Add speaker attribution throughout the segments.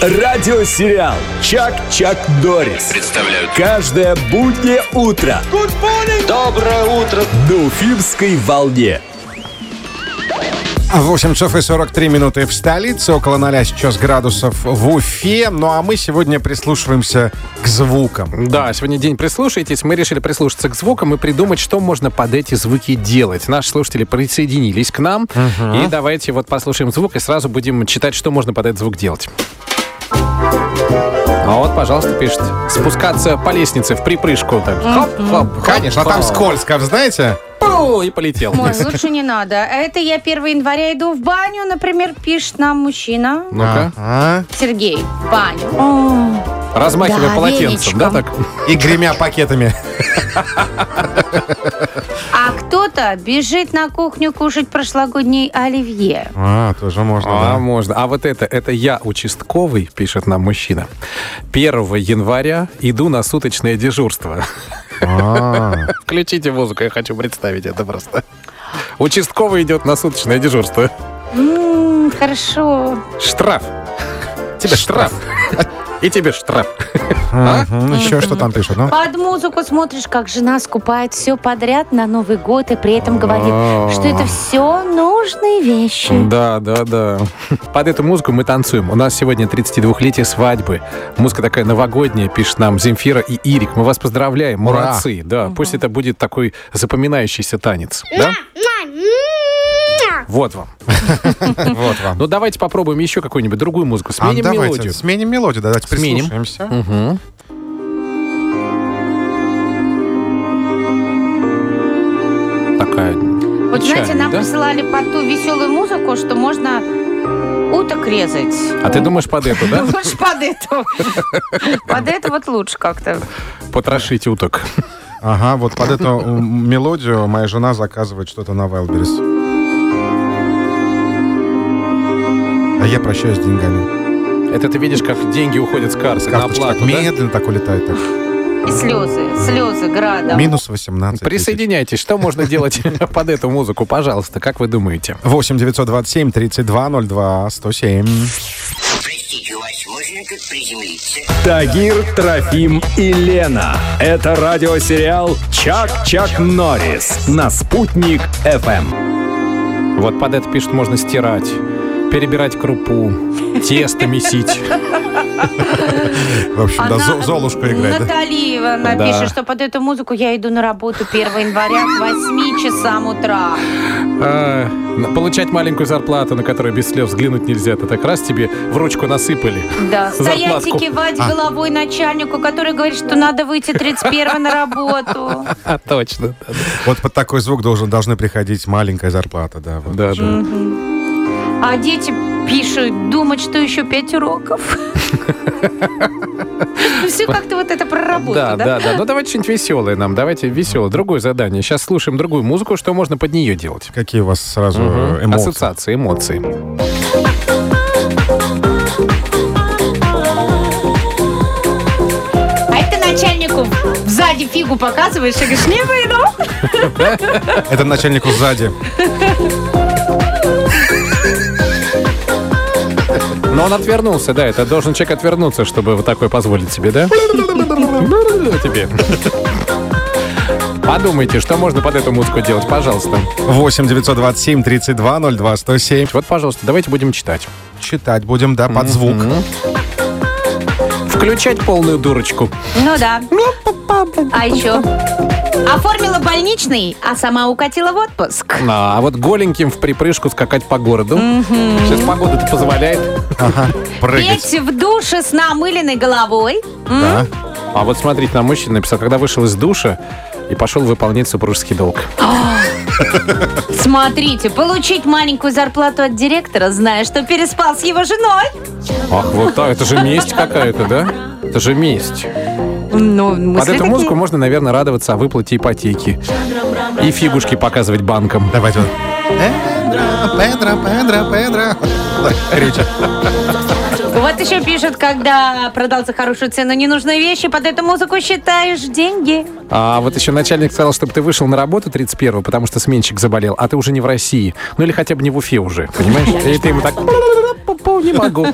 Speaker 1: Радиосериал «Чак-Чак Дорис».
Speaker 2: Представляют
Speaker 1: Каждое буднее утро
Speaker 2: Доброе утро!
Speaker 1: на Уфимской волне.
Speaker 3: 8 часов и 43 минуты в столице, около 0 сейчас градусов в Уфе. Ну а мы сегодня прислушиваемся к звукам.
Speaker 4: Да, сегодня день прислушайтесь. Мы решили прислушаться к звукам и придумать, что можно под эти звуки делать. Наши слушатели присоединились к нам. И давайте вот послушаем звук и сразу будем читать, что можно под этот звук делать. А вот, пожалуйста, пишет. Спускаться по лестнице в припрыжку. Так, хоп, хоп, хоп,
Speaker 3: Конечно, а там
Speaker 4: хоп.
Speaker 3: скользко, вы знаете?
Speaker 4: Пу, И полетел.
Speaker 5: Ой, лучше не надо. А Это я 1 января иду в баню, например, пишет нам мужчина.
Speaker 4: Ну-ка.
Speaker 3: А?
Speaker 5: Сергей, в баню. О,
Speaker 4: Размахивая
Speaker 5: Да,
Speaker 4: полотенцем, да, так?
Speaker 5: веничком.
Speaker 3: И гремя пакетами.
Speaker 5: А кто-то бежит на кухню кушать прошлогодний оливье.
Speaker 3: А, тоже
Speaker 4: А,
Speaker 3: можно,
Speaker 4: можно. А вот это, это я участковый, пишет нам мужчина. 1 января иду на суточное дежурство.
Speaker 3: да. А.
Speaker 4: Включите музыку, я хочу представить это просто. Участковый идет на суточное дежурство.
Speaker 5: М, М-м, хорошо.
Speaker 4: Штраф. Тебе штраф. И тебе штраф.
Speaker 3: Мгм, Еще что там пишут, ну?
Speaker 5: Под музыку смотришь, как жена скупает все подряд на Новый год и при этом
Speaker 4: А.
Speaker 5: говорит, что это все нужные вещи.
Speaker 4: Да, да, да. Под эту музыку мы танцуем. У нас сегодня 32-летие свадьбы. Музыка такая новогодняя, пишет нам Земфира и Ирик. Мы вас поздравляем,
Speaker 3: Ура.
Speaker 4: молодцы. Да, пусть это будет такой запоминающийся танец. Да? Вот вам.
Speaker 3: Вот вам.
Speaker 4: Ну, давайте попробуем еще какую-нибудь другую музыку.
Speaker 3: А,
Speaker 4: Сменим
Speaker 3: давайте,
Speaker 4: мелодию.
Speaker 3: Сменим мелодию, да, давайте
Speaker 4: Сменим.
Speaker 3: прислушаемся.
Speaker 4: Мгм. Такая.
Speaker 5: Вот знаете,
Speaker 4: печальная,
Speaker 5: нам
Speaker 4: да?
Speaker 5: присылали под ту веселую музыку, что можно уток резать.
Speaker 4: А ты думаешь под эту, да?
Speaker 5: Лучше под эту. Под это вот лучше как-то.
Speaker 4: Потрошить уток.
Speaker 3: Ага, вот под эту м, мелодию моя жена заказывает что-то на Wildberries. А я прощаюсь с деньгами.
Speaker 4: Это ты видишь, как деньги уходят с карты на
Speaker 3: Карточка так
Speaker 4: оплату, да?
Speaker 3: медленно так улетает. так.
Speaker 5: И слезы, слезы градом.
Speaker 3: Минус 18.
Speaker 4: Присоединяйтесь. Что можно делать под эту музыку, пожалуйста? Как вы думаете?
Speaker 3: 8 927 32 02 107.
Speaker 1: Тагир, Трофим и Лена. Это радиосериал «Чак-Чак Норрис» на «Спутник ФМ».
Speaker 4: Вот под это пишут, можно стирать, перебирать крупу, тесто месить.
Speaker 3: В общем, да, Зо- Золушку играет. да?
Speaker 5: Натальева напишет, что под эту музыку я иду на работу 1 января к 8 часам утра.
Speaker 4: А, н- Получать маленькую зарплату, на которую без слез взглянуть нельзя. Это так раз тебе в ручку насыпали.
Speaker 5: Да, стоять и
Speaker 4: Зарплатку.
Speaker 5: кивать
Speaker 3: А.
Speaker 5: головой начальнику, который говорит, что надо выйти 31 на работу.
Speaker 4: А, точно.
Speaker 3: Вот под такой звук должен, должны приходить маленькая зарплата, да. вот.
Speaker 4: Да, да.
Speaker 5: А дети пишут, думать, что еще 5 уроков. Все как-то вот это про работу,
Speaker 4: Да,
Speaker 5: да?
Speaker 4: да, да. Ну давайте что-нибудь веселое нам. Давайте веселое. Другое задание. Сейчас слушаем другую музыку. Что можно под нее делать?
Speaker 3: Какие у вас сразу
Speaker 4: А
Speaker 3: э, эмоции?
Speaker 4: Ассоциации, эмоции.
Speaker 5: А это начальнику сзади фигу показываешь и говоришь, не выйду.
Speaker 3: Это начальнику сзади.
Speaker 4: Но он отвернулся, да. Это должен человек отвернуться, чтобы вот такое позволить себе, да? Тебе. Подумайте, что можно под эту музыку делать, пожалуйста.
Speaker 3: 8 927 32 02 107.
Speaker 4: Вот, пожалуйста, давайте будем читать.
Speaker 3: Читать будем, да, под звук.
Speaker 4: Включать полную дурочку.
Speaker 5: Ну да. А еще? Оформила больничный, а сама укатила в отпуск.
Speaker 4: А, а вот голеньким в припрыжку скакать по городу. Сейчас погода-то позволяет.
Speaker 3: Прыгать.
Speaker 5: Петь в душе с намыленной головой.
Speaker 3: Да.
Speaker 4: А вот смотрите, нам мужчина написал, когда вышел из душа и пошел выполнять супружеский долг.
Speaker 5: Смотрите, получить маленькую зарплату от директора, зная, что переспал с его женой.
Speaker 4: Ах, вот так, это же месть какая-то, да? Это же месть.
Speaker 5: Ну, мысли
Speaker 4: Под эту
Speaker 5: такие.
Speaker 4: музыку можно, наверное, радоваться о выплате ипотеки. И фигушки показывать банкам.
Speaker 3: Давайте вот. Педро, Педро, Педро, Педро. Так, крича.
Speaker 5: Вот еще пишут, когда продал за хорошую цену ненужные вещи, под эту музыку считаешь деньги.
Speaker 4: А вот еще начальник сказал, чтобы ты вышел на работу 31-го, потому что сменщик заболел, а ты уже не в России. Ну или хотя бы не в Уфе уже, понимаешь? И ты ему так... пу-пу-пу, не могу.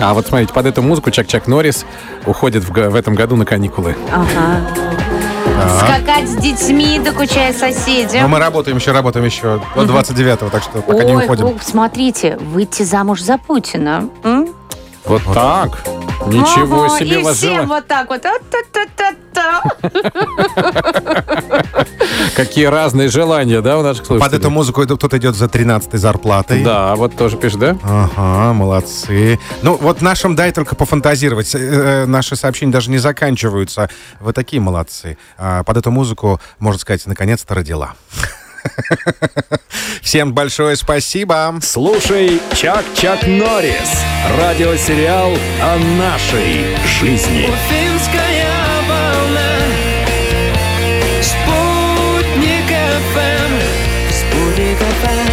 Speaker 4: А вот смотрите, под эту музыку Чак-Чак Норрис уходит в, г- в этом году на каникулы.
Speaker 5: Скакать с детьми, докучая
Speaker 3: Но
Speaker 5: соседям.
Speaker 3: мы работаем еще, работаем еще до 29-го, так что Ну, пока не
Speaker 5: Ой,
Speaker 3: уходим.
Speaker 5: ой, смотрите, выйти замуж за Путина. М?
Speaker 4: Вот так? Ничего
Speaker 5: Ого,
Speaker 4: себе
Speaker 5: И
Speaker 4: вас
Speaker 5: всем
Speaker 4: жила.
Speaker 5: вот так вот. А-та-та-та-та.
Speaker 4: Какие разные желания, да, у наших слушателей?
Speaker 3: Под эту музыку иду- тут идет за 13-й зарплатой.
Speaker 4: Да, вот тоже пишешь, да?
Speaker 3: Ага, молодцы. Ну, вот нашим дай только пофантазировать. Э, э, наши сообщения даже не заканчиваются. Вы такие молодцы. А, под эту музыку, можно сказать, наконец-то родила. Всем большое спасибо.
Speaker 1: Слушай Чак-Чак Норрис. Радиосериал о нашей жизни.
Speaker 6: Финская волна Спутник ФМ Спутник ФМ